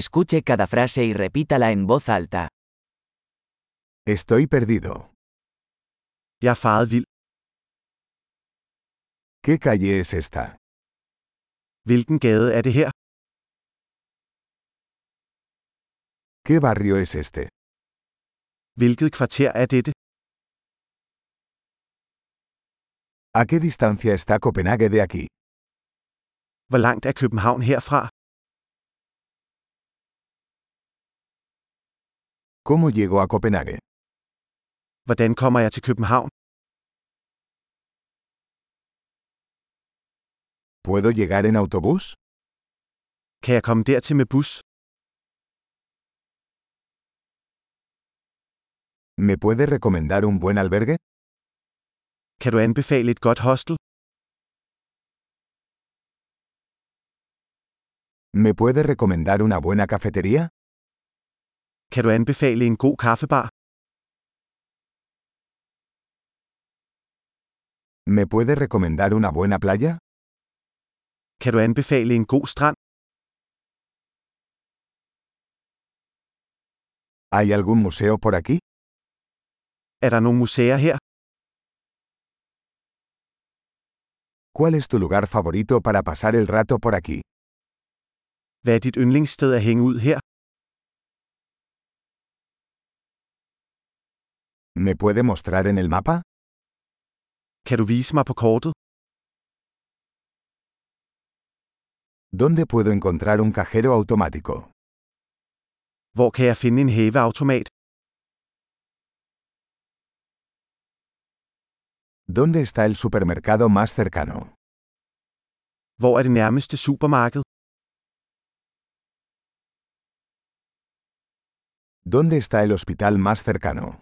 Escuche cada frase y repítala en voz alta. Estoy perdido. Jeg er faret vild. ¿Qué calle es esta? Hvilken gade er det her? ¿Qué barrio es este? Hvilket kvarter er dette? ¿A qué distancia está Copenhague de aquí? Hvor langt er København herfra? ¿Cómo llego a Copenhague? Hvordan kommer jeg til København? ¿Puedo llegar en autobús? Kan jeg komme dertil med bus? ¿Me puede recomendar un buen albergue? Kan du anbefale et godt hostel? ¿Me puede recomendar una buena cafetería? Kan du anbefale en god kaffebar? ¿Me puede recomendar una buena playa? Kan du anbefale en god strand? ¿Hay algún museo por aquí? Er der nogle museer her? ¿Cuál es tu lugar favorito para pasar el rato por aquí? Hvad er dit yndlingssted at hænge ud her? ¿Me puede mostrar en el mapa? Kan du vise mig på kortet? ¿Dónde puedo encontrar un cajero automático? Hvor kan jeg finde en hæveautomat? ¿Dónde está el supermercado más cercano? Hvor er det nærmeste supermarked? ¿Dónde está el hospital más cercano?